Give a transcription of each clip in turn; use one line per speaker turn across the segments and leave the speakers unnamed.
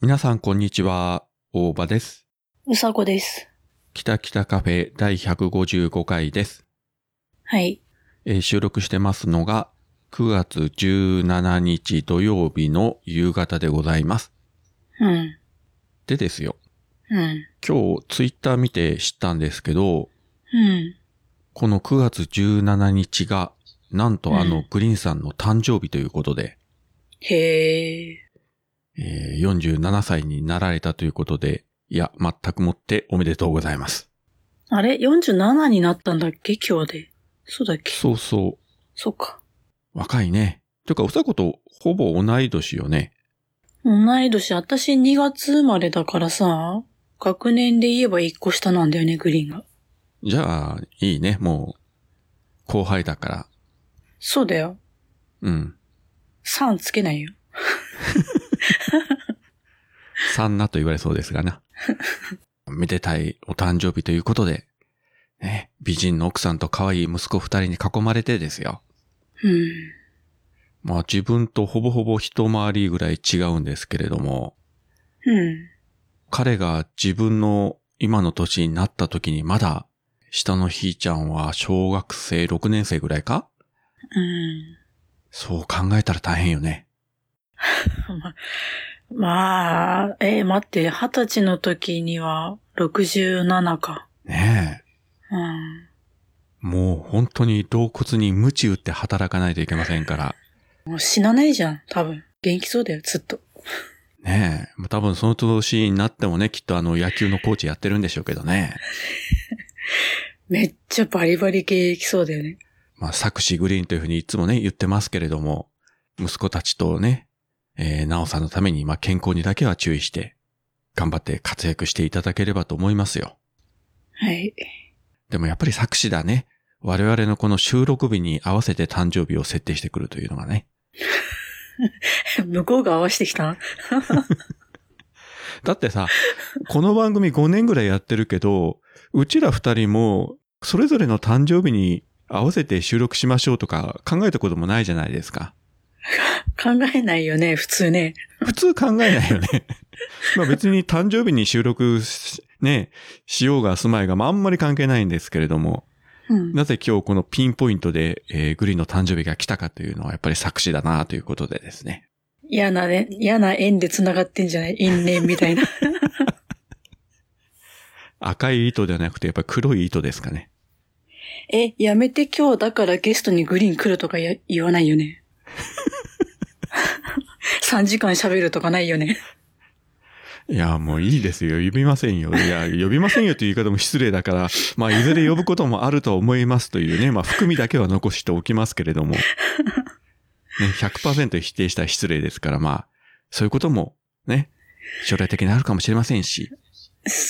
皆さんこんにちは、大場です。
うさこです。
北北カフェ第155回です、
はい。
えー収録してますのが9月17日土曜日の夕方でございます。
うん。
でですよ、
うん。
今日ツイッター見て知ったんですけど、
うん。
この9月17日が、なんとあ
う
の
ん
グリーンさんの誕生日ということで、
へえ。
えー47歳になられたということで、いや、全くもっておめでとうございます。
あれ ?47 になったんだっけ今日で。そうだっけ
そうそう、
そっか。
若いね。ていうか、うさことほぼ同い年よね。
同い年、私2月生まれだからさ、学年で言えば1個下なんだよね、グリーンが。
じゃあ、いいね、もう、後輩だから。
そうだよ。
うん。
さんつけないよ。
さんなと言われそうですがな。 めでたいお誕生日ということで、ね、美人の奥さんと可愛い息子二人に囲まれてですよ。
うん。
まあ自分とほぼほぼ一回りぐらい違うんですけれども、
うん。
彼が自分の今の年になった時にまだ、下のひーちゃんは小学生6年生ぐらいか
うん。
そう考えたら大変よね。
まあ、えー待って、二十歳の時には67か。
ねえ。
うん。
もう本当に洞窟に鞭打って働かないといけませんから。
もう死なないじゃん、多分。元気そうだよ、ずっと。
ねえ。まあ多分その年になってもね、きっとあの野球のコーチやってるんでしょうけどね。
めっちゃバリバリ系いきそうだよね。
まあ、作詞グリーンというふうにいつもね、言ってますけれども、息子たちとね、えー、なおさんのために、まあ、健康にだけは注意して、頑張って活躍していただければと思いますよ。
はい。
でもやっぱり作詞だね。我々のこの収録日に合わせて誕生日を設定してくるというのがね。
向こうが合わしてきた
だってさ、この番組5年ぐらいやってるけど、うちら2人も、それぞれの誕生日に合わせて収録しましょうとか考えたこともないじゃないですか。
考えないよね、普通ね。
普通考えないよね。 まあ別に誕生日に収録し、ね、しようが住まいが、まああんまり関係ないんですけれども、
うん。
なぜ今日このピンポイントで、えーグリーンの誕生日が来たかというのはやっぱり作詞だなということでですね。
嫌なね、嫌な縁で繋がってんじゃない因縁みたいな。
赤い糸ではなくてやっぱり黒い糸ですかね。
え、やめて今日だからゲストにグリーン来るとかや言わないよ ね。3時間喋るとかないよね。
いや、もういいですよ。呼びませんよ。いや、呼びませんよという言い方も失礼だから、まあいずれ呼ぶこともあると思いますというね、まあ含みだけは残しておきますけれども、ね、100%否定したら失礼ですから、まあ、そういうこともね、将来的にあるかもしれませんし、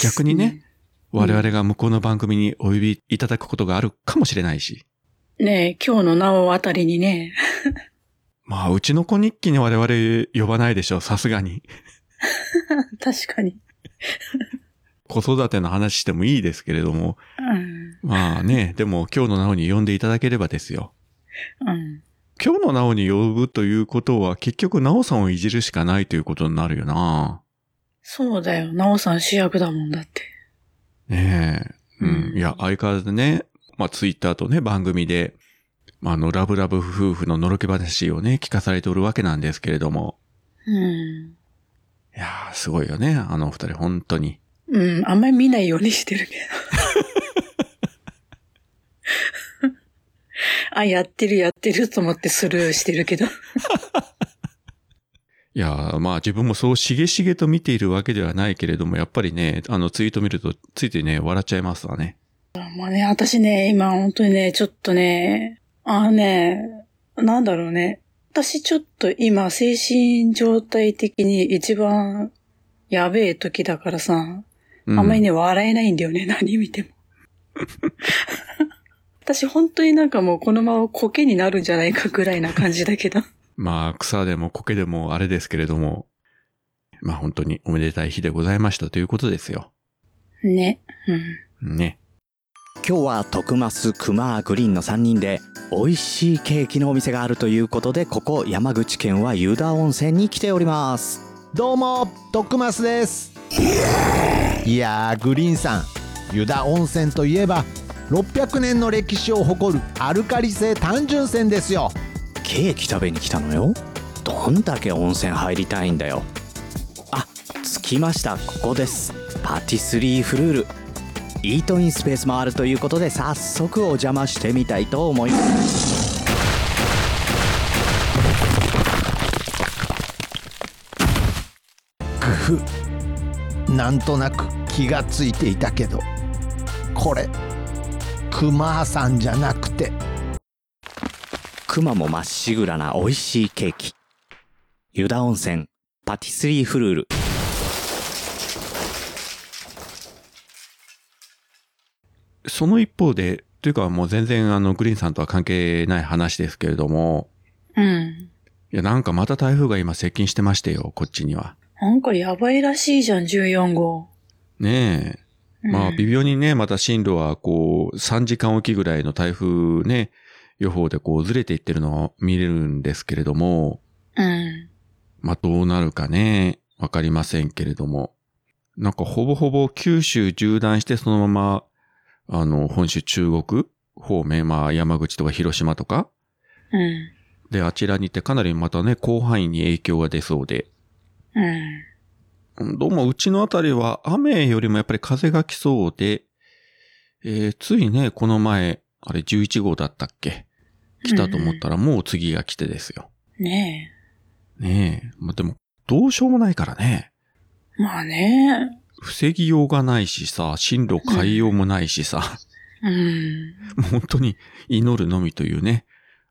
逆にね。我々が向こうの番組にお呼びいただくことがあるかもしれないし、
ねえ、今日のなおあたりにね、
まあうちの子日記に我々呼ばないでしょう、さすがに。
確かに。
子育ての話してもいいですけれども、
うん。
まあね、でも今日のなおに呼んでいただければですよ。
うん。
今日のなおに呼ぶということは、結局なおさんをいじるしかないということになるよな。
そうだよ。なおさん主役だもんだって。
ねえ。う
うん
ん。いや、相変わらずね、まあ、ツイッターとね、番組で、まあ、あの、ラブラブ夫婦ののろけ話をね、聞かされておるわけなんですけれども。
うん。
いやー、すごいよね。あのお二人、本当に。
うん、あんまり見ないようにしてるけど。 あ、やってるやってると思ってスルーしてるけど。
いやー、まあ、自分もそうしげしげと見ているわけではないけれども、やっぱりね、あの、ツイート見ると、ついてね、笑っちゃいますわね。
まあね、私ね、今本当にね、ちょっとね、あのね、なんだろうね。私ちょっと今精神状態的に一番やべえ時だからさ、
う
あんまり。ね、笑えないんだよね、何見ても。 私本当になんかもうこのまま苔になるんじゃないかぐらいな感じだけど。
まあ、草でも苔でもあれですけれども、まあ本当におめでたい日でございましたということですよ。
ね。うん。
ね。
今日は徳増熊グリーンの3人で美味しいケーキのお店があるということでここ山口県は湯田温泉に来ております
どうも徳マスですいやーグリーンさん湯田温泉といえば600年の歴史を誇るアルカリ性単純泉ですよ
ケーキ食べに来たのよどんだけ温泉入りたいんだよあ着きましたここですパティスリーフルールイートインスペースもあるということで早速お邪魔してみたいと思います
くふなんとなく気がついていたけどこれクマさんじゃなくて
熊もまっしぐらな美味しいケーキ湯田温泉パティスリーフルール
その一方で、というかもう全然あのグリーンさんとは関係ない話ですけれども、
うん。
いやなんかまた台風が今接近してましてよ、こっちには。
なんかやばいらしいじゃん、14号。
ね
う
え。
ん
まあ微妙にね、また進路はこう3時間おきぐらいの台風ね、予報でこうずれていってるのを見れるんですけれども、
うん。
まあどうなるかね、わかりませんけれども。なんかほぼほぼ九州縦断してそのまま、あの、本州中国方面、まあ山口とか広島とか、
うん。
で、あちらに行ってかなりまたね、広範囲に影響が出そうで。
うん。
うんどうもうちのあたりは雨よりもやっぱり風が来そうで、えーついね、この前、あれ11号だったっけ来たと思ったらもう次が来てですよ。
ね
ねえ。まあ、でも、どうしようもないからね。
え。まあね。
防ぎようがないしさ、進路変えようもないしさ、
うん。
もう本当に祈るのみというね。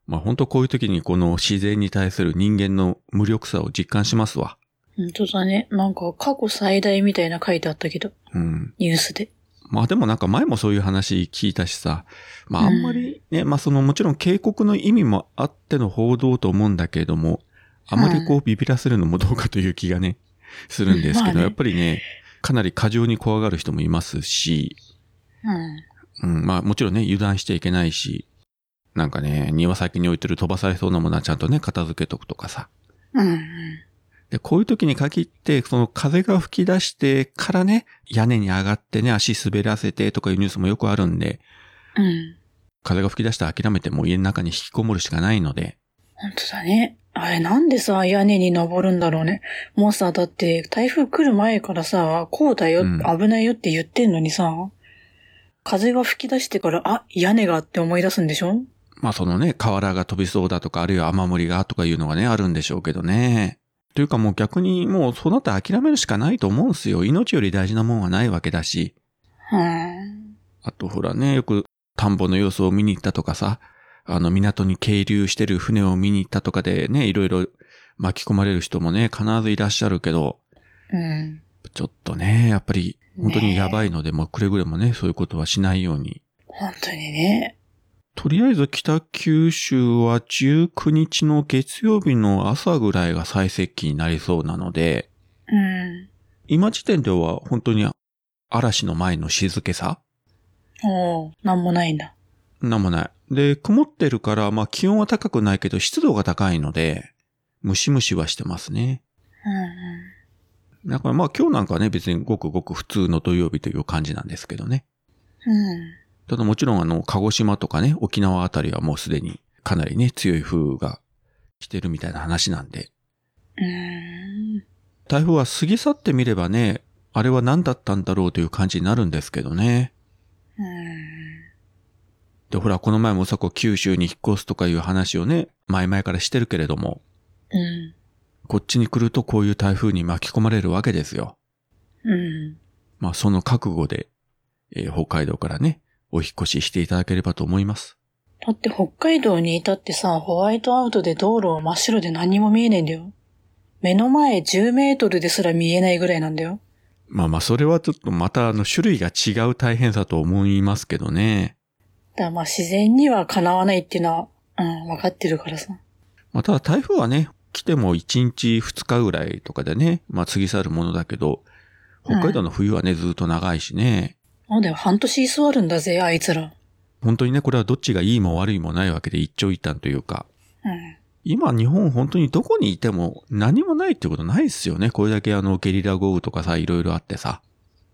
まあ本当こういう時にこの自然に対する人間の無力さを実感しますわ。
本当だね。なんか過去最大みたいな書いてあったけど、
うん。
ニュースで。
まあでもなんか前もそういう話聞いたしさ、まあ
うん
あんまりね、まあそのもちろん警告の意味もあっての報道と思うんだけれども、あまりこうビビらせるのもどうかという気がね、するんですけど、
まあね
やっぱりね、かなり過剰に怖がる人もいますし、
うん。
うん、まあもちろんね、油断しちゃいけないし、なんかね、庭先に置いてる飛ばされそうなものはちゃんとね、片付けとくとかさ。
うんうん。
で、こういう時に限って、その風が吹き出してからね、屋根に上がってね、足滑らせてとかいうニュースもよくあるんで、
うん。
風が吹き出して諦めてもう家の中に引きこもるしかないので、
本当だね。あれなんでさ、屋根に登るんだろうね。もうさ、だって台風来る前からさ、こうだよ、
うん
危ないよって言ってんのにさ、風が吹き出してから、あ、屋根がって思い出すんでしょ
まあそのね、瓦が飛びそうだとか、あるいは雨漏りがとかいうのがね、あるんでしょうけどね。というかもう逆にもうそうなったら諦めるしかないと思うんすよ。命より大事なもんはないわけだし。
うん。
あとほらね、よく田んぼの様子を見に行ったとかさ、あの港に係留してる船を見に行ったとかでね、いろいろ巻き込まれる人もね、必ずいらっしゃるけど、
うん。
ちょっとね、やっぱり本当にやばいので、もうくれぐれもね、そういうことはしないように
本当にね。
とりあえず北九州は19日の月曜日の朝ぐらいが最接近になりそうなので、
うん。
今時点では本当に嵐の前の静けさ
おうなんもないんだ。
なんもない。で、曇ってるから、まあ気温は高くないけど湿度が高いので、ムシムシはしてますね。
うん
だからまあ今日なんかはね、別にごくごく普通の土曜日という感じなんですけどね。
うん。うん。
ただもちろんあの、鹿児島とかね、沖縄あたりはもうすでにかなりね、強い風が来てるみたいな話なんで、
うん。
台風は過ぎ去ってみればね、あれは何だったんだろうという感じになるんですけどね。
うん。
で、ほら、この前もさ、こう九州に引っ越すとかいう話をね、前々からしてるけれども、
う
こっちに来るとこういう台風に巻き込まれるわけですよ。
ん。うん。
まあ、その覚悟で、えー北海道からね、お引っ越ししていただければと思います。
だって北海道にいたってさ、ホワイトアウトで道路真っ白で何も見えねえんだよ。目の前10メートルですら見えないぐらいなんだよ。
まあまあ、それはちょっとまた、あの、種類が違う大変さと思いますけどね。
だからまあ自然にはかなわないっていうのは、うん、わかってるからさ。
まあ、ただ台風はね、来ても1日2日ぐらいとかでね、まあ、過ぎ去るものだけど、北海道の冬はね、ずっと長いしね、
なんだよ、半年居座るんだぜ、あいつら。
本当にね、これはどっちがいいも悪いもないわけで一長一短というか、
うん。
今日本本当にどこにいても何もないってことないっすよね。これだけあのゲリラ豪雨とかさ、いろいろあってさ、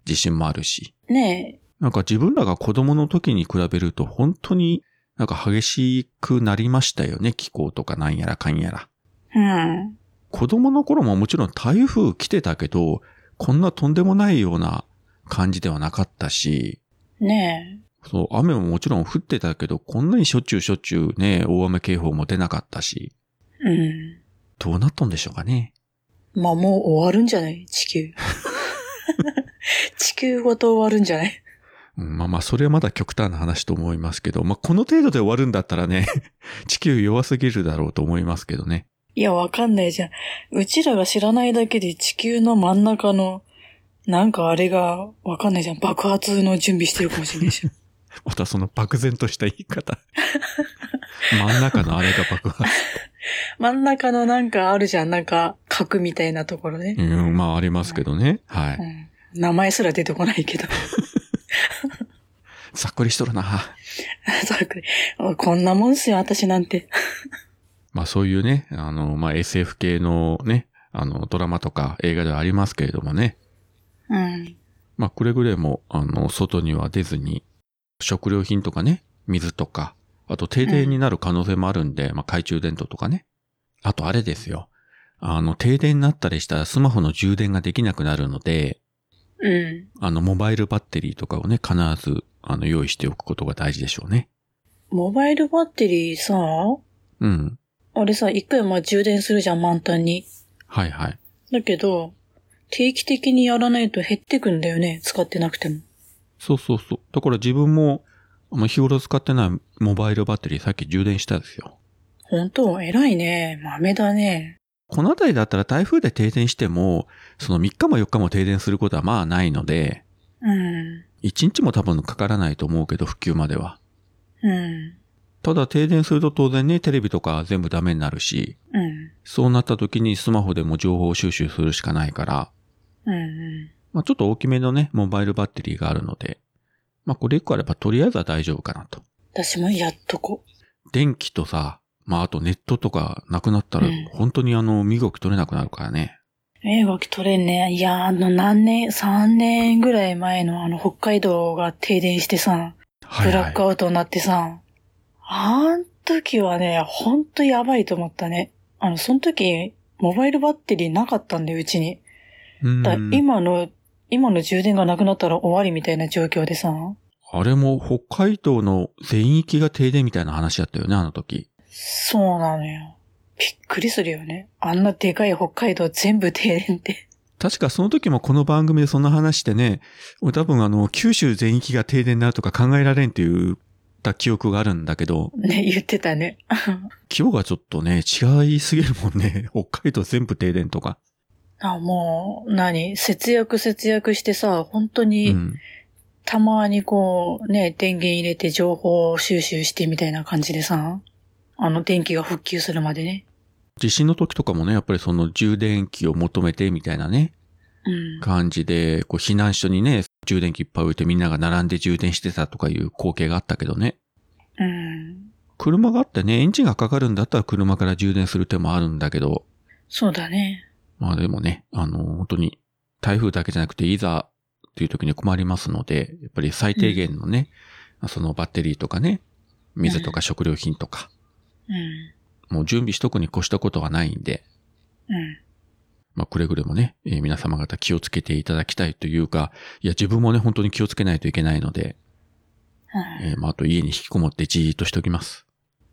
地震もあるし。
ね
なんか自分らが子供の時に比べると本当になんか激しくなりましたよね。気候とかなんやらかんやら。
え。うん。
子供の頃ももちろん台風来てたけど、こんなとんでもないような感じではなかったし、
ね
そう、雨ももちろん降ってたけど、こんなにしょっちゅうしょっちゅうね、大雨警報も出なかったし、
え。う
どうなったんでしょうかね。
ん。まあもう終わるんじゃない地球。 地球ごと終わるんじゃない
うんまあまあ、それはまだ極端な話と思いますけど、まあこの程度で終わるんだったらね、 地球弱すぎるだろうと思いますけどね。
いや、わかんないじゃん。うちらが知らないだけで地球の真ん中の、なんかあれが、わかんないじゃん。爆発の準備してるかもしれないじゃん。
またその漠然とした言い方。 真ん中のあれが爆発。
真ん中のなんかあるじゃん。なんか、核みたいなところね。
うん、まあありますけどね。は
う
い。
ん。名前すら出てこないけど。
ざっくりしとるな。
そうかこんなもんっすよ、私なんて。
まあそういうね、あの、まあ SF 系のね、あの、ドラマとか映画ではありますけれどもね。
うん。
まあくれぐれも、あの、外には出ずに、食料品とかね、水とか、あと停電になる可能性もあるんで、まあ懐中電灯とかね。あとあれですよ。あの、停電になったりしたらスマホの充電ができなくなるので、
うん。
あの、モバイルバッテリーとかをね、必ず、あの、用意しておくことが大事でしょうね。
モバイルバッテリーさ、
うん。
あれさ、一回まあ充電するじゃん、満タンに。
はいはい。
だけど、定期的にやらないと減ってくんだよね、使ってなくても。
そうそうそう。だから自分も、あの日頃使ってないモバイルバッテリーさっき充電したんですよ。
本当偉いね。豆だね。
この辺りだったら台風で停電しても、その3日も4日も停電することはまあないので、
うん。
1日も多分かからないと思うけど、普及までは。
うん。
ただ停電すると当然ね、テレビとか全部ダメになるし、
うん。
そうなった時にスマホでも情報収集するしかないから、
うん。うん
まあちょっと大きめのね、モバイルバッテリーがあるので、まあこれ1個あればとりあえずは大丈夫かなと。
私もやっとこ。
電気とさ、まああとネットとかなくなったら
うん、
本当にあの、身動き取れなくなるからね。
ええ、動き取れんね。いや、あの何年、3年ぐらい前のあの北海道が停電してさ、
は
ブラック
い。
アウトになってさ、あん時はね、ほんとやばいと思ったね。あの、その時、モバイルバッテリーなかったんで、うちに。
うん
だ今の、今の充電がなくなったら終わりみたいな状況でさ、
あれも北海道の全域が停電みたいな話だったよね、あの時。
そうなのよ。びっくりするよね。あんなでかい北海道全部停電って。
確かその時もこの番組でそんな話してね、俺多分あの、九州全域が停電になるとか考えられんって言った記憶があるんだけど、
ね、言ってたね。
規模がちょっとね、違いすぎるもんね。 北海道全部停電とか。
あ、もう、何節約節約してさ、本当
う
に、
ん。
たまにこう、ね、電源入れて情報収集してみたいな感じでさ、あの、電気が復旧するまでね。
地震の時とかもね、やっぱりその充電器を求めてみたいなね、
うん。
感じで、こう避難所にね、充電器いっぱい置いてみんなが並んで充電してたとかいう光景があったけどね。
うん。
車があってね、エンジンがかかるんだったら車から充電する手もあるんだけど、
そうだね。
まあでもね、あの、本当に台風だけじゃなくていざっていう時に困りますので、やっぱり最低限のね、そのバッテリーとかね、水とか食料品とか、
うん。
もう準備しとくに越したことはないんで、
うん。
まあ、くれぐれもね、えー皆様方気をつけていただきたいというか、いや、自分もね、本当に気をつけないといけないので、
はい
えーまあ、あと家に引きこもってじーっとしておきます。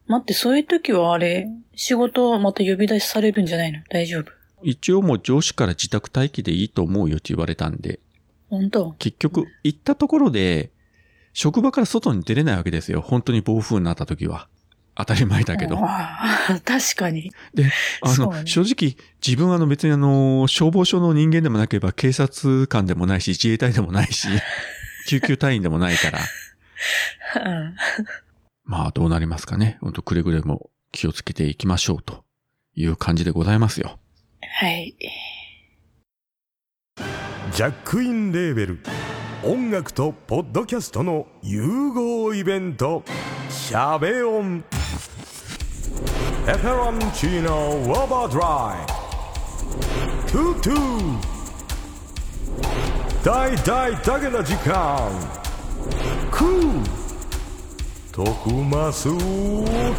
待って、そういう時はあれ、仕事また呼び出しされるんじゃないの大丈夫。
一応もう上司から自宅待機でいいと思うよって言われたんで、
本当
結局行ったところで、職場から外に出れないわけですよ。本当に暴風になった時は。当たり前だけど。あ
ああ、 確かに。そう
の、
ね
正直、自分はあの別にあの、消防署の人間でもなければ警察官でもないし、自衛隊でもない し、救急隊員でもないから。
うん。
まあどうなりますかね。ほんとくれぐれも気をつけていきましょうという感じでございますよ。
はい。
ジャックインレーベル音楽とポッドキャストの融合イベント「シャベオン」エフェロンチーノウォーバードライトゥトゥ大大だけな時間クー徳マス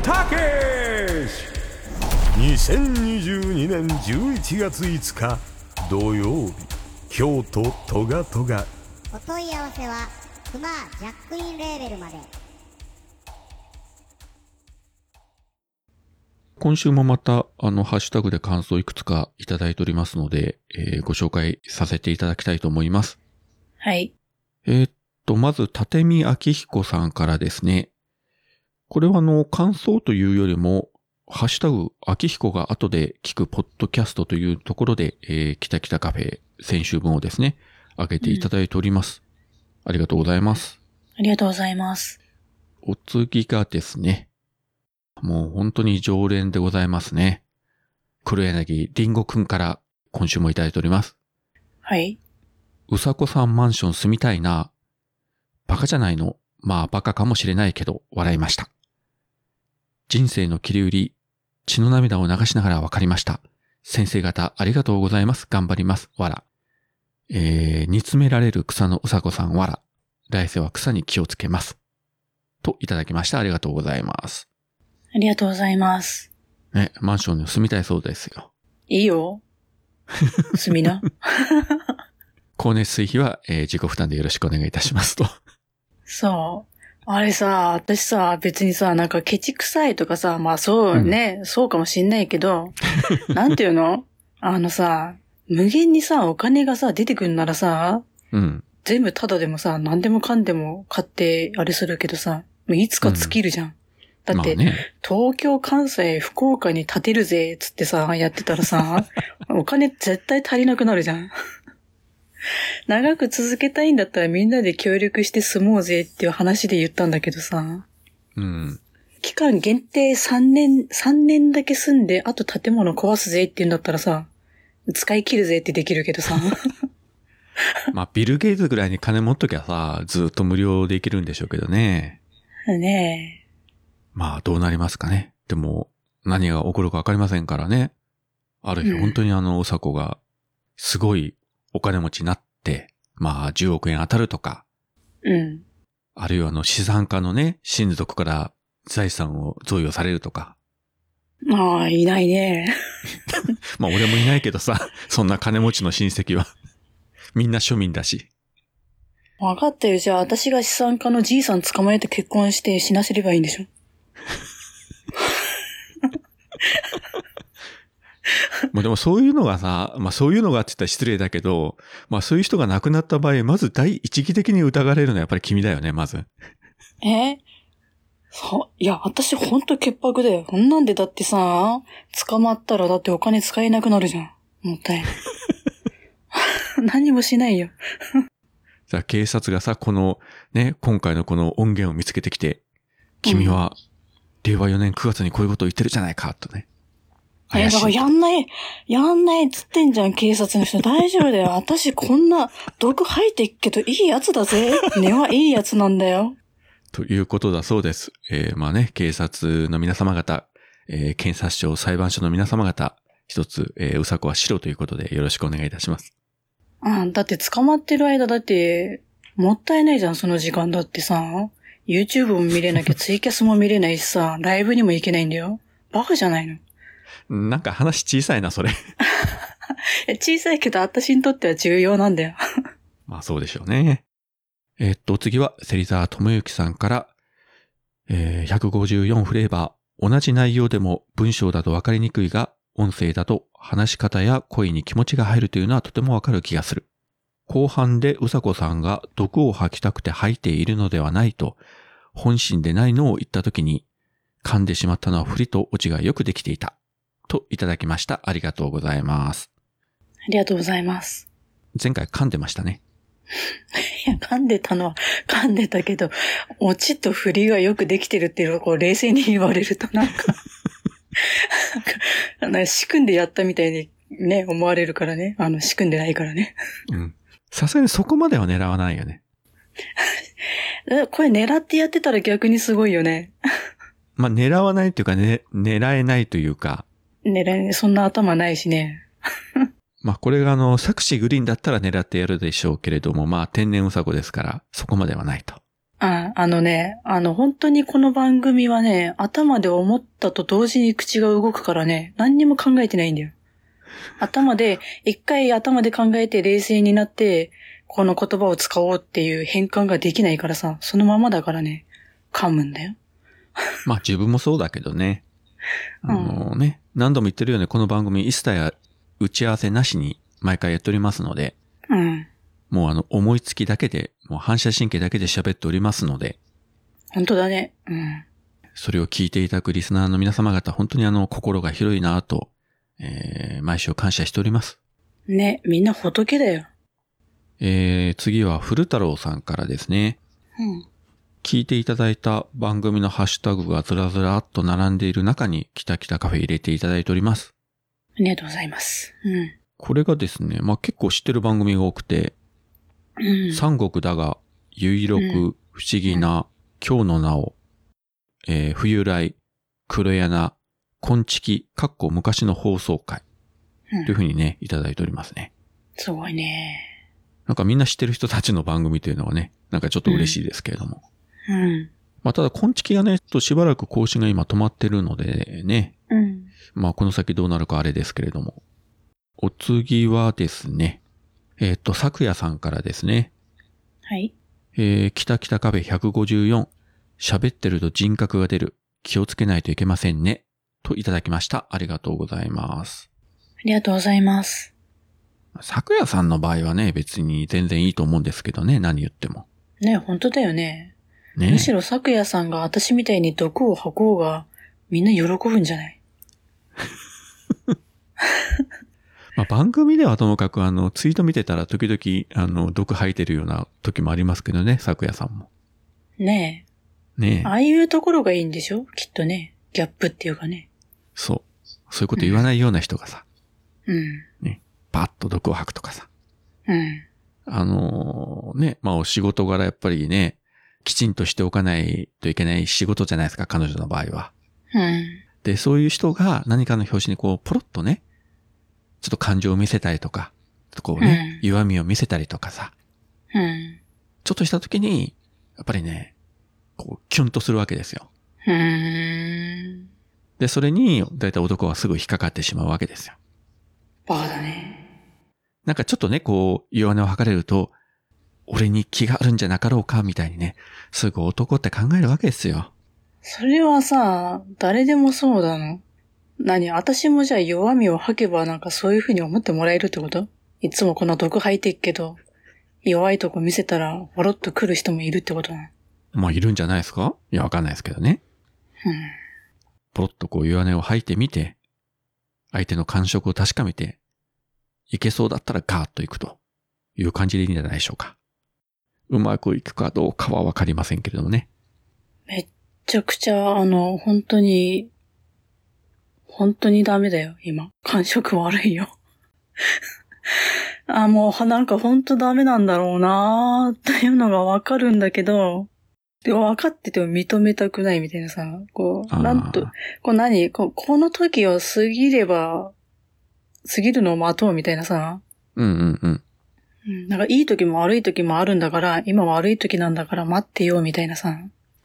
たけし2022年11月5日土曜日京都トガトガ
お問い合わせはクマジャックインレーベルまで
今週もまた、あの、ハッシュタグで感想いくつかいただいておりますので、えーご紹介させていただきたいと思います。
はい。
えーっと、まず、立見明彦さんからですね。これはあの、感想というよりも、ハッシュタグ、明彦が後で聞くポッドキャストというところで、えー、キタキタカフェ、先週分をですね、上げていただいております。ありがとうございます。
ありがとうございます。
お次がですね、もう本当に常連でございますね。黒柳りんごくんから今週もいただいております。
はい。
うさこさんマンション住みたいな。バカじゃないの。まあバカかもしれないけど、笑いました。人生の切り売り、血の涙を流しながら分かりました。先生方、ありがとうございます。頑張ります。わら。えー、煮詰められる草のうさこさん、わら。来世は草に気をつけます。と、いただきました。ありがとうございます。
ありがとうございます。
ね、マンションに住みたいそうですよ。
いい よ。すみな。
光熱水費は、えー自己負担でよろしくお願いいたしますと。
そう。あれさ、私さ、別にさ、なんかケチくさいとかさ、まあそうね、そうかもしんないけど、なんてい うのあのさ、無限にさ、お金がさ、出てくるならさ、
うん。
全部タダでもさ、何でもかんでも買って、あれするけどさ、もういつか尽きるじゃん。だって、
まあね。
東京、関西、福岡に建てるぜ、つってさ、やってた らさ、お金絶対足りなくなるじゃん。長く続けたいんだったらみんなで協力して住もうぜっていう話で言ったんだけどさ、
うん。
期間限定3年、3年だけ住んで、あと建物壊すぜって言うんだったらさ、使い切るぜってできるけどさ、
まあ、ビル・ゲイツぐらいに金持っときゃさ、ずっと無料でいけるんでしょうけどね。
ねえ、
まあ、どうなりますかね。でも、何が起こるかわかりませんからね。ある日、
うん
本当にあの、うさこが、すごいお金持ちになって、まあ、10億円当たるとか、
うん、
あるいはあの、資産家のね、親族から財産を贈与されるとか。
まあ、いないね。
まあ、俺もいないけどさ、そんな金持ちの親戚は。みんな庶民だし。
わかったよ。じゃあ、私が資産家のじいさん捕まえて結婚して死なせればいいんでしょ
まあでもそういうのがさ、まあそういうのがって言ったら失礼だけど、まあそういう人が亡くなった場合、まず第一義的に疑われるのはやっぱり君だよね、まず。
えそう、いや、私ほんと潔白だよ。こんなんでだってさ、捕まったらだってお金使えなくなるじゃん。もったいない。 何もしないよ。
さあ警察がさ、この、ね、今回のこの音源を見つけてきて、君は、令和4年9月にこういうことを言ってるじゃないか、とね。
いや、
怪し
だから
い。
やんない、やんないっつってんじゃん、警察の人。大丈夫だよ。私こんな毒吐いてっけどいいやつだぜ。根はいいやつなんだよ。
ということだそうです。えーまあね、警察の皆様方、えー検察庁、裁判所の皆様方、一つ、えーうさこは白ということでよろしくお願いいたします。
うん、だって捕まってる間だって、もったいないじゃん、その時間だってさ。YouTube も見れなきゃ、ツイキャスも見れないしさ、ライブにも行けないんだよ。バカじゃないの。
なんか話小さいな、それ。
え小さいけど、私にとっては重要なんだよ。
まあそうでしょうね。えっと、お次は、芹沢智之さんから、えー154フレーバー。同じ内容でも文章だと分かりにくいが、音声だと話し方や声に気持ちが入るというのはとてもわかる気がする。後半でうさこさんが毒を吐きたくて吐いているのではないと、本心でないのを言った時に、噛んでしまったのは振りとオチがよくできていた。といただきました。ありがとうございます。
ありがとうございます。
前回噛んでましたね。
いや、噛んでたのは、噛んでたけど、オチと振りがよくできてるっていうのをこう、冷静に言われるとなんかなんか、仕組んでやったみたいにね、思われるからね。あの、仕組んでないからね。
うん。さすがにそこまでは狙わないよね。
えこれ狙ってやってたら逆にすごいよね。
まあ、狙わないというかね、狙えないというか、
狙い、そんな頭ないしね。
まあ、これがあの、作詞グリーンだったら狙ってやるでしょうけれども、まあ、天然うさこですから、そこまではないと。
あ、あのね、あの、本当にこの番組はね、頭で思ったと同時に口が動くからね、何にも考えてないんだよ。頭で、一回頭で考えて冷静になって、この言葉を使おうっていう変換ができないからさ、そのままだからね、噛むんだよ。
まあ、自分もそうだけどね。あのね、何度も言ってるように、この番組一切は打ち合わせなしに毎回やっておりますので、
うん。
もうあの、思いつきだけで、もう反射神経だけで喋っておりますので、
本当だね。うん。
それを聞いていただくリスナーの皆様方、本当にあの、心が広いなぁと、えー、毎週感謝しております。
ね、みんな仏だよ。
えー、次は古太郎さんからですね。
うん。
聞いていただいた番組のハッシュタグがずらずらっと並んでいる中に、キタキタカフェ入れていただいております。
ありがとうございます。うん。
これがですね、まあ、結構知ってる番組が多くて、
うん。
三国だが、結六、
う
不思議な、今日の名を、えー冬来、黒柳、昆虫、かっこ昔の放送回、
うん
というふうにね、いただいておりますね。
すごいね。
なんかみんな知ってる人たちの番組というのはね、なんかちょっと嬉しいですけれども。
うん。
まあ、ただ、昆虫がね、ちょっとしばらく更新が今止まってるのでね、
うん。
まあ、この先どうなるかあれですけれども。お次はですね、えっ、と、昨夜さんからですね、
はい。
えー、北北壁154、喋ってると人格が出る。気をつけないといけませんね。といただきました。ありがとうございます。
ありがとうございます。
昨夜さんの場合はね、別に全然いいと思うんですけどね、何言っても。
ね、本当だよね。
ね
む。しろ昨夜さんが私みたいに毒を吐こうが、みんな喜ぶんじゃない
まあ、番組ではともかく、あの、ツイート見てたら時々、あの、毒吐いてるような時もありますけどね、昨夜さんも。
ね
ね
え。ああいうところがいいんでしょきっとね。ギャップっていうかね。
そう。そういうこと言わないような人がさ、
うん。
パッと毒を吐くとかさ。
うん。
あのーね、まあお仕事柄やっぱりね、きちんとしておかないといけない仕事じゃないですか、彼女の場合は。
うん。
で、そういう人が何かの表紙にこう、ポロッとね、ちょっと感情を見せたりとか、ちょっとこうね、
うん
弱みを見せたりとかさ、
うん。
ちょっとした時に、やっぱりね、こう、キュンとするわけですよ。
うーん。
で、それに、だいたい男はすぐ引っかかってしまうわけですよ。
バカだね。
なんかちょっとね、こう、弱音を吐かれると、俺に気があるんじゃなかろうか、みたいにね、すぐ男って考えるわけですよ。
それはさ、誰でもそうだの。何私もじゃあ弱みを吐けばなんかそういう風に思ってもらえるってこといつもこの毒吐いてっけど、弱いとこ見せたら、ほろっと来る人もいるってことなの。
まあ、いるんじゃないですかいや、わかんないですけどね。
うん。
ポロッとこう弱音を吐いてみて、相手の感触を確かめて、いけそうだったらガーッといくという感じでいいんじゃないでしょうか。うまくいくかどうかはわかりませんけれどもね。
めちゃくちゃ、あの、本当に、本当にダメだよ、今。感触悪いよ。 あ、もう、はなんか本当ダメなんだろうなーっていうのがわかるんだけど、でも分かってても認めたくないみたいなさ、こ
あー
う、なんと、こう何こうこの時を過ぎれば、過ぎるのを待とうみたいなさ、
うんうんうん。
うん、なんかいい時も悪い時もあるんだから、今悪い時なんだから待ってよみたいなさ、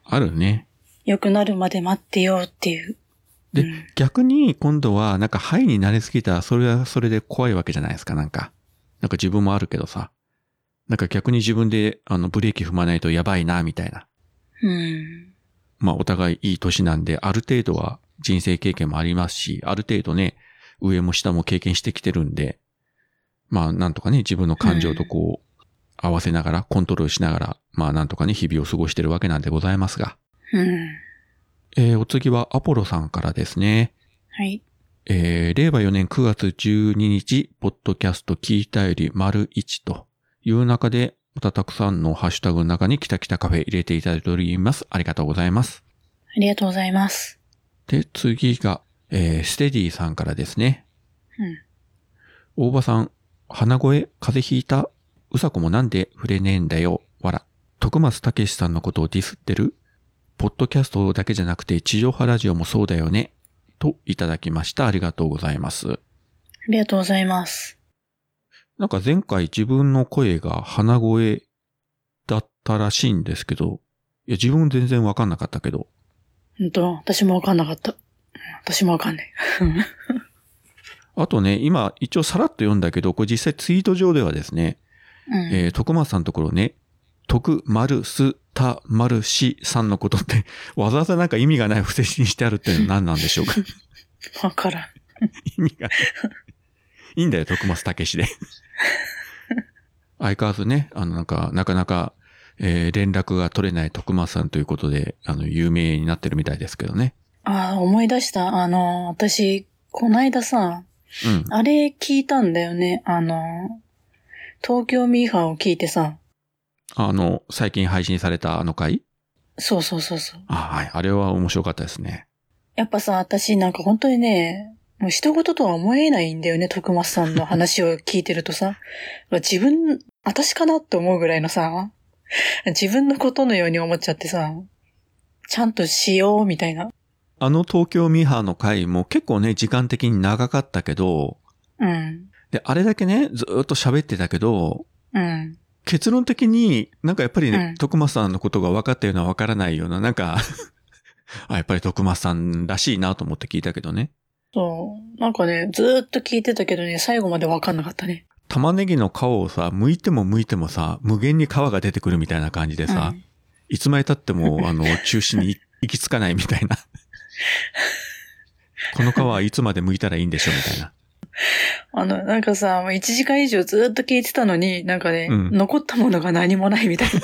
あるね。
良くなるまで待ってよっていう。
で
うん
逆に今度はなんかハイになれすぎたらそれはそれで怖いわけじゃないですか、なんか。なんか自分もあるけどさ。なんか逆に自分であのブレーキ踏まないとやばいな、みたいな。
うん。
まあお互いいい年なんで、ある程度は人生経験もありますし、ある程度ね、上も下も経験してきてるんで、まあなんとかね、自分の感情とこう、合わせながら、コントロールしながら、まあなんとかね、日々を過ごしてるわけなんでございますが。
うん。
えー、お次はアポロさんからですね。
はい。
えー令和4年9月12日、ポッドキャスト聞いたより丸1という中で、またたくさんのハッシュタグの中にキタキタカフェ入れていただいております。ありがとうございます。
ありがとうございます。
で、次が、えーステディさんからですね。
うん。
大場さん、鼻声、風邪ひいたうさこもなんで触れねえんだよ。わら。徳松武さんのことをディスってるポッドキャストだけじゃなくて地上波ラジオもそうだよね。といただきました。ありがとうございます。
りがとうございます。
なんか前回自分の声が鼻声だったらしいんですけど、いや自分全然わかんなかったけど、
ほんと、私もわかんなかった。うん私もわかんない。
あとね、今一応さらっと読んだけど、これ実際ツイート上ではですね、
うん。
えー、徳松さんのところね、徳丸すた丸しさんのことって、わざわざなんか意味がない不正にしてあるってのは何なんでしょうか
わからん。
意味がない。いいんだよ、徳松たけしで。相変わらずね、あの、なんか、なかなか、えー連絡が取れない徳松さんということで、あの、有名になってるみたいですけどね。
ああ、思い出した。あの、私、こないださ、
うん。
あれ聞いたんだよね。あの、東京ミーハーを聞いてさ、
あの、最近配信されたあの回
そうそうそうそう。
あ、はい。あれは面白かったですね。
やっぱさ、私なんか本当にね、もう人事とは思えないんだよね、徳松さんの話を聞いてるとさ。 自分、私かなって思うぐらいのさ、自分のことのように思っちゃってさ、ちゃんとしようみたいな。
あの東京ミーハーの回も結構ね、時間的に長かったけど、
うん。
で、あれだけね、ずーっと喋ってたけど、
うん。
結論的になんかやっぱりね、
うん
徳松さんのことが分かったような分からないような、なんか、あ、やっぱり徳松さんらしいなと思って聞いたけどね。
そう。なんかね、ずーっと聞いてたけどね、最後までわかんなかったね。
玉ねぎの皮をさ、剥いても剥いてもさ、無限に皮が出てくるみたいな感じでさ、
うん
いつまで経っても、あの、中心に行き着かないみたいな。この皮はいつまで剥いたらいいんでしょうみたいな。
あの、なんかさ、もう1時間以上ずーっと聞いてたのに、なんかね、
うん
残ったものが何もない みたいな。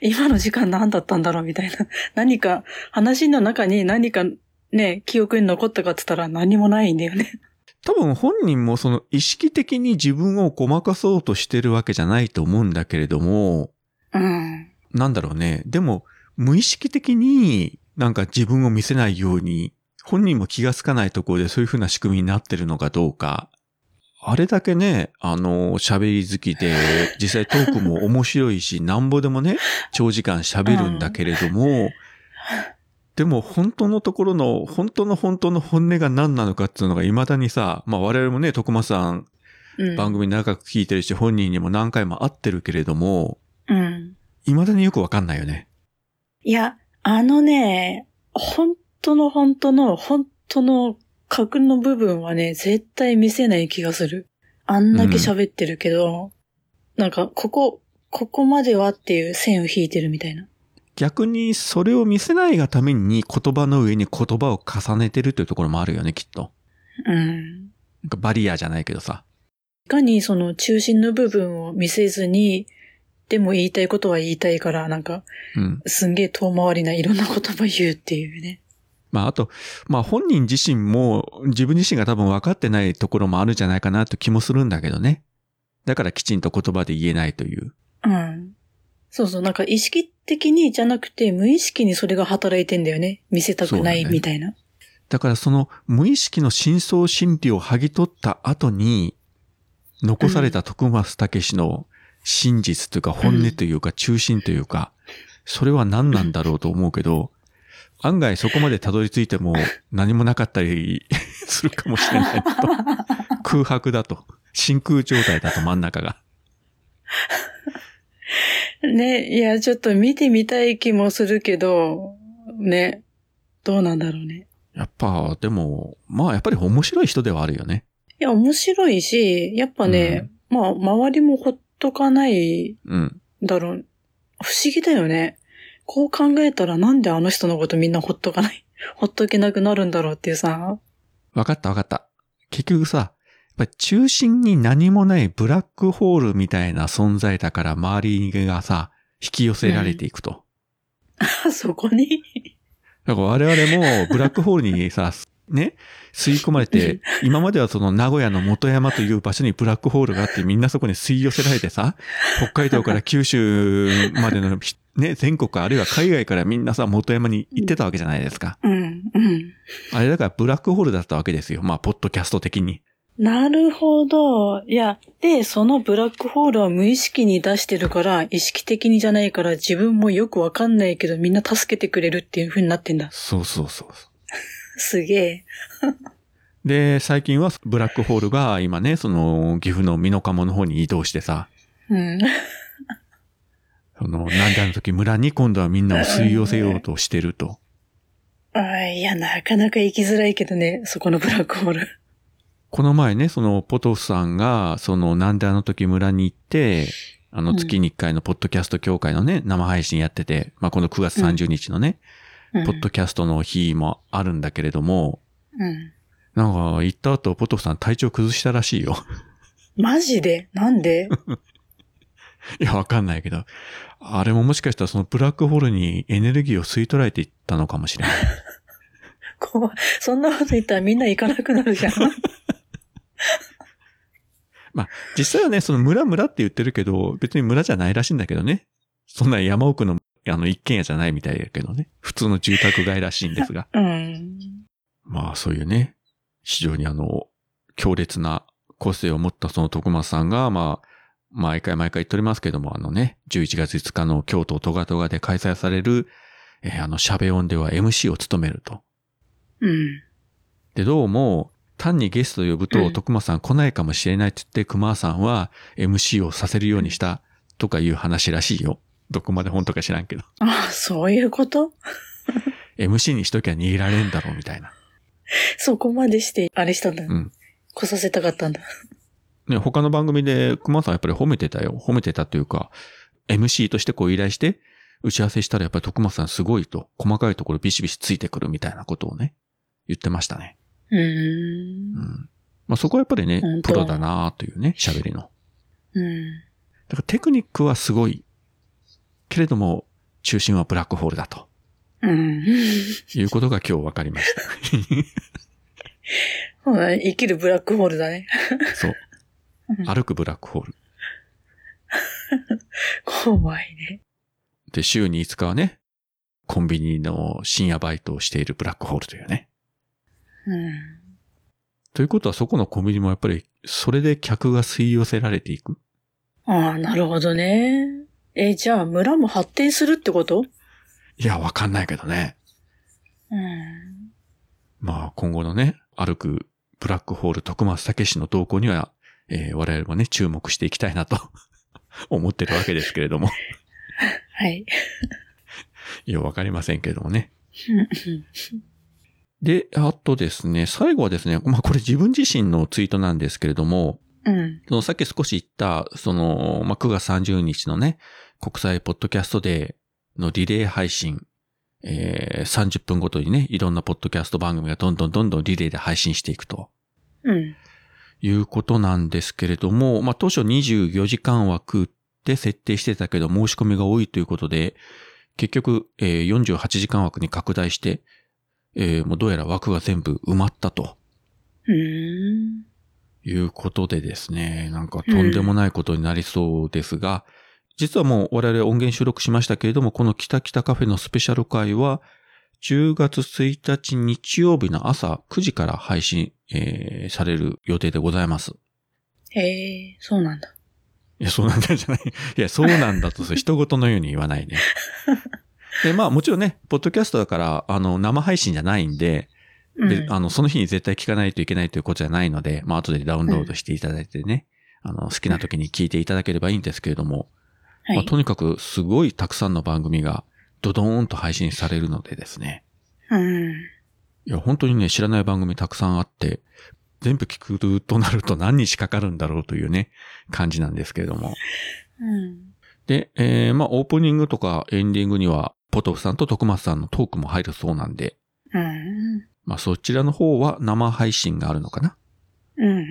今の時間何だったんだろうみたいな。何か、話の中に何かね、記憶に残ったかって言ったら何もないんだよね。
多分本人もその意識的に自分をごまかそうとしてるわけじゃないと思うんだけれども、
うん。
なんだろうね。でも、無意識的になんか自分を見せないように、本人も気がつかないところでそういう風な仕組みになってるのかどうか。あれだけね、あの、喋り好きで、実際トークも面白いし、なんぼでもね、長時間喋るんだけれども、でも本当のところの、本当の本当の本音が何なのかっていうのが未だにさ、まあ我々もね、徳間さん
うん。
番組長く聞いてるし、本人にも何回も会ってるけれども、
うん。
未だによくわかんないよね。
いや、あのね、本当の本当の、本当の核の部分はね、絶対見せない気がする。あんだけ喋ってるけど、なんか、ここ、ここまではっていう線を引いてるみたいな。
逆にそれを見せないがために言葉の上に言葉を重ねてるというところもあるよね、きっと。
うん。
なんかバリアじゃないけどさ。
いかにその中心の部分を見せずに、でも言いたいことは言いたいから、なんか、
うん。
すんげえ遠回りないろんな言葉言うっていうね。
まああと、まあ本人自身も自分自身が多分分かってないところもあるんじゃないかなと気もするんだけどね。だからきちんと言葉で言えないという。
うん。そうそう、なんか意識的にじゃなくて、無意識にそれが働いてんだよね。見せたくないみたいな。
だからその無意識の深層心理を剥ぎ取った後に、残された徳松武史の真実というか本音というか中心というか、それは何なんだろうと思うけど、案外そこまでたどり着いても何もなかったりするかもしれないと。空白だと。真空状態だと真ん中が。
ね、いや、ちょっと見てみたい気もするけど、ね、どうなんだろうね。
やっぱ、でも、まあやっぱり面白い人ではあるよね。
いや、面白いし、やっぱね、まあ、周りもほっとかない
うん。
だろう。不思議だよね。こう考えたらなんであの人のことみんなほっとかない、 ほっとけなくなるんだろうっていうさ。
わかったわかった。結局さ、やっぱ中心に何もないブラックホールみたいな存在だから周りがさ、引き寄せられていくと。
あ そこに。
だから我々もブラックホールに さ、ね、吸い込まれて、今まではその名古屋の元山という場所にブラックホールがあってみんなそこに吸い寄せられてさ、北海道から九州までのひ、ね、全国あるいは海外からみんなさ、元山に行ってたわけじゃないですか。
うん、うん。
あれだからブラックホールだったわけですよ。まあ、ポッドキャスト的に。
なるほど。いや、で、そのブラックホールは無意識に出してるから、意識的にじゃないから、自分もよくわかんないけど、みんな助けてくれるっていう風になってんだ。
そうそうそうそ
すげえ。
う。で、最近はブラックホールが今ね、その岐阜の美濃鴨の方に移動してさ、
うん。
そのなんだの時村に今度はみんなを吸い寄せようとしてると。
あーいや、なかなか行きづらいけどね、そこのブラックホール。
この前ね、そのポトフさんが、そのなんであの時村に行って、あの
うん
月に1回のポッドキャスト協会のね、生配信やってて、まあこの9月30日のね、
うん
ポッドキャストの日もあるんだけれども、
うん。
なんか行った後ポトフさん体調崩したらしいよ。
マジでなんで
いや、わかんないけど。あれももしかしたらそのブラックホールにエネルギーを吸い取られていったのかもしれない。
こう、そんなこと言ったらみんな行かなくなる じゃん。
実際はね、その村村って言ってるけど、別に村じゃないらしいんだけどね。そんな山奥のあの一軒家じゃないみたいだけどね。普通の住宅街らしいんですが。
うん。
まあそういうね、非常にあの、強烈な個性を持ったその徳松さんが、まあ、毎回毎回言っておりますけども、あのね、11月5日の京都トガトガで開催される、えーあの、シャベオンでは MC を務めると。
うん。
で、どうも、単にゲストを呼ぶ
う
と、
ん
徳間さん来ないかもしれないって言って、熊さんは MC をさせるようにしたとかいう話らしいよ。どこまで本当か知らんけど。
ああ、そういうこと
MC にしときゃ逃げられんだろうみたいな。
そこまでして、あれしたんだ。
うん
来させたかったんだ。
ね、他の番組で熊さんやっぱり褒めてたよ。褒めてたというか、MC としてこう依頼して、打ち合わせしたらやっぱり徳間さんすごいと、細かいところビシビシついてくるみたいなことをね、言ってましたね。
う。
うんん。まあそこはやっぱりね
本、当
プロだなというね、喋りの。
うん。
だからテクニックはすごい。けれども、中心はブラックホールだと。
うん。
いうことが今日分かりました。
うん 生きるブラックホールだね。
そう。歩くブラックホール。
怖いね。
で、週に5日はね、コンビニの深夜バイトをしているブラックホールというね。
うん。
ということはそこのコンビニもやっぱり、それで客が吸い寄せられていく。
ああ、なるほどね。え、じゃあ村も発展するってこと
いや、わかんないけどね。
うん。
まあ、今後のね、歩くブラックホール徳松武史の動向には、えー我々もね、注目していきたいなと 思ってるわけですけれども。
はい。
いや、わかりませんけれどもね。
うん
で、あとですね、最後はですね、まあこれ自分自身のツイートなんですけれども、
うん。
そのさっき少し言った、その、まあ9月30日のね、国際ポッドキャストデーのリレー配信、えー、30分ごとにね、いろんなポッドキャスト番組がどんどんどんどんリレーで配信していくと
うん。
いうことなんですけれども、まあ当初24時間枠で設定してたけど申し込みが多いということで、結局、えー48時間枠に拡大して、えーもうどうやら枠が全部埋まったと。
うーん。
いうことでですね、なんかとんでもないことになりそうですが、実はもう我々音源収録しましたけれども、この北北カフェのスペシャル会は、10月1日日曜日の朝9時から配信、えーされる予定でございます。
ええそうなんだ。
いや、そうなんだじ ゃない。いや、そうなんだと、それ人事のように言わないね。で、まあもちろんね、ポッドキャストだから、あの、生配信じゃないんで、
うん。
で、あの、その日に絶対聞かないといけないということじゃないので、まあ、後でダウンロードしていただいてね、あの、好きな時に聞いていただければいいんですけれども、
は
まあ、
い。
とにかくすごいたくさんの番組がドドーンと配信されるのでですね、
うん。
いや、本当にね、知らない番組たくさんあって、全部聞くとなると何日かかるんだろうというね、感じなんですけれども。
うん。
で、えー、まあ、オープニングとかエンディングには、ポトフさんと徳松さんのトークも入るそうなんで、
うん。
まあ、そちらの方は生配信があるのかな
うん。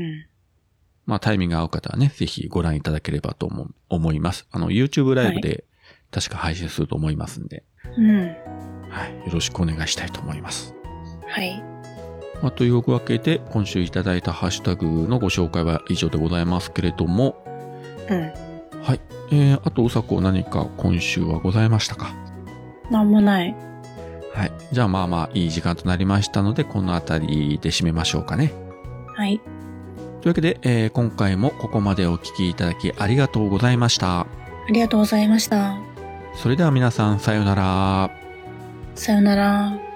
まあタイミングが合う方はね、ぜひご覧いただければと思う思います。あの、YouTube ライブで確か配信すると思いますんで、
うん。
はい、よろしくお願いしたいと思います。
はい。
まあ、というわけで、今週いただいたハッシュタグのご紹介は以上でございますけれども、
うん。
はい、えー、あと、うさこ何か今週はございましたか
なんもない。
はい。じゃあまあまあいい時間となりましたので、この辺りで締めましょうかね。
はい。
とというわけで、えー今回もここまでお聞きいただきありがとうございました。
ありがとうございました。
それでは皆さん、さようなら。
さよなら。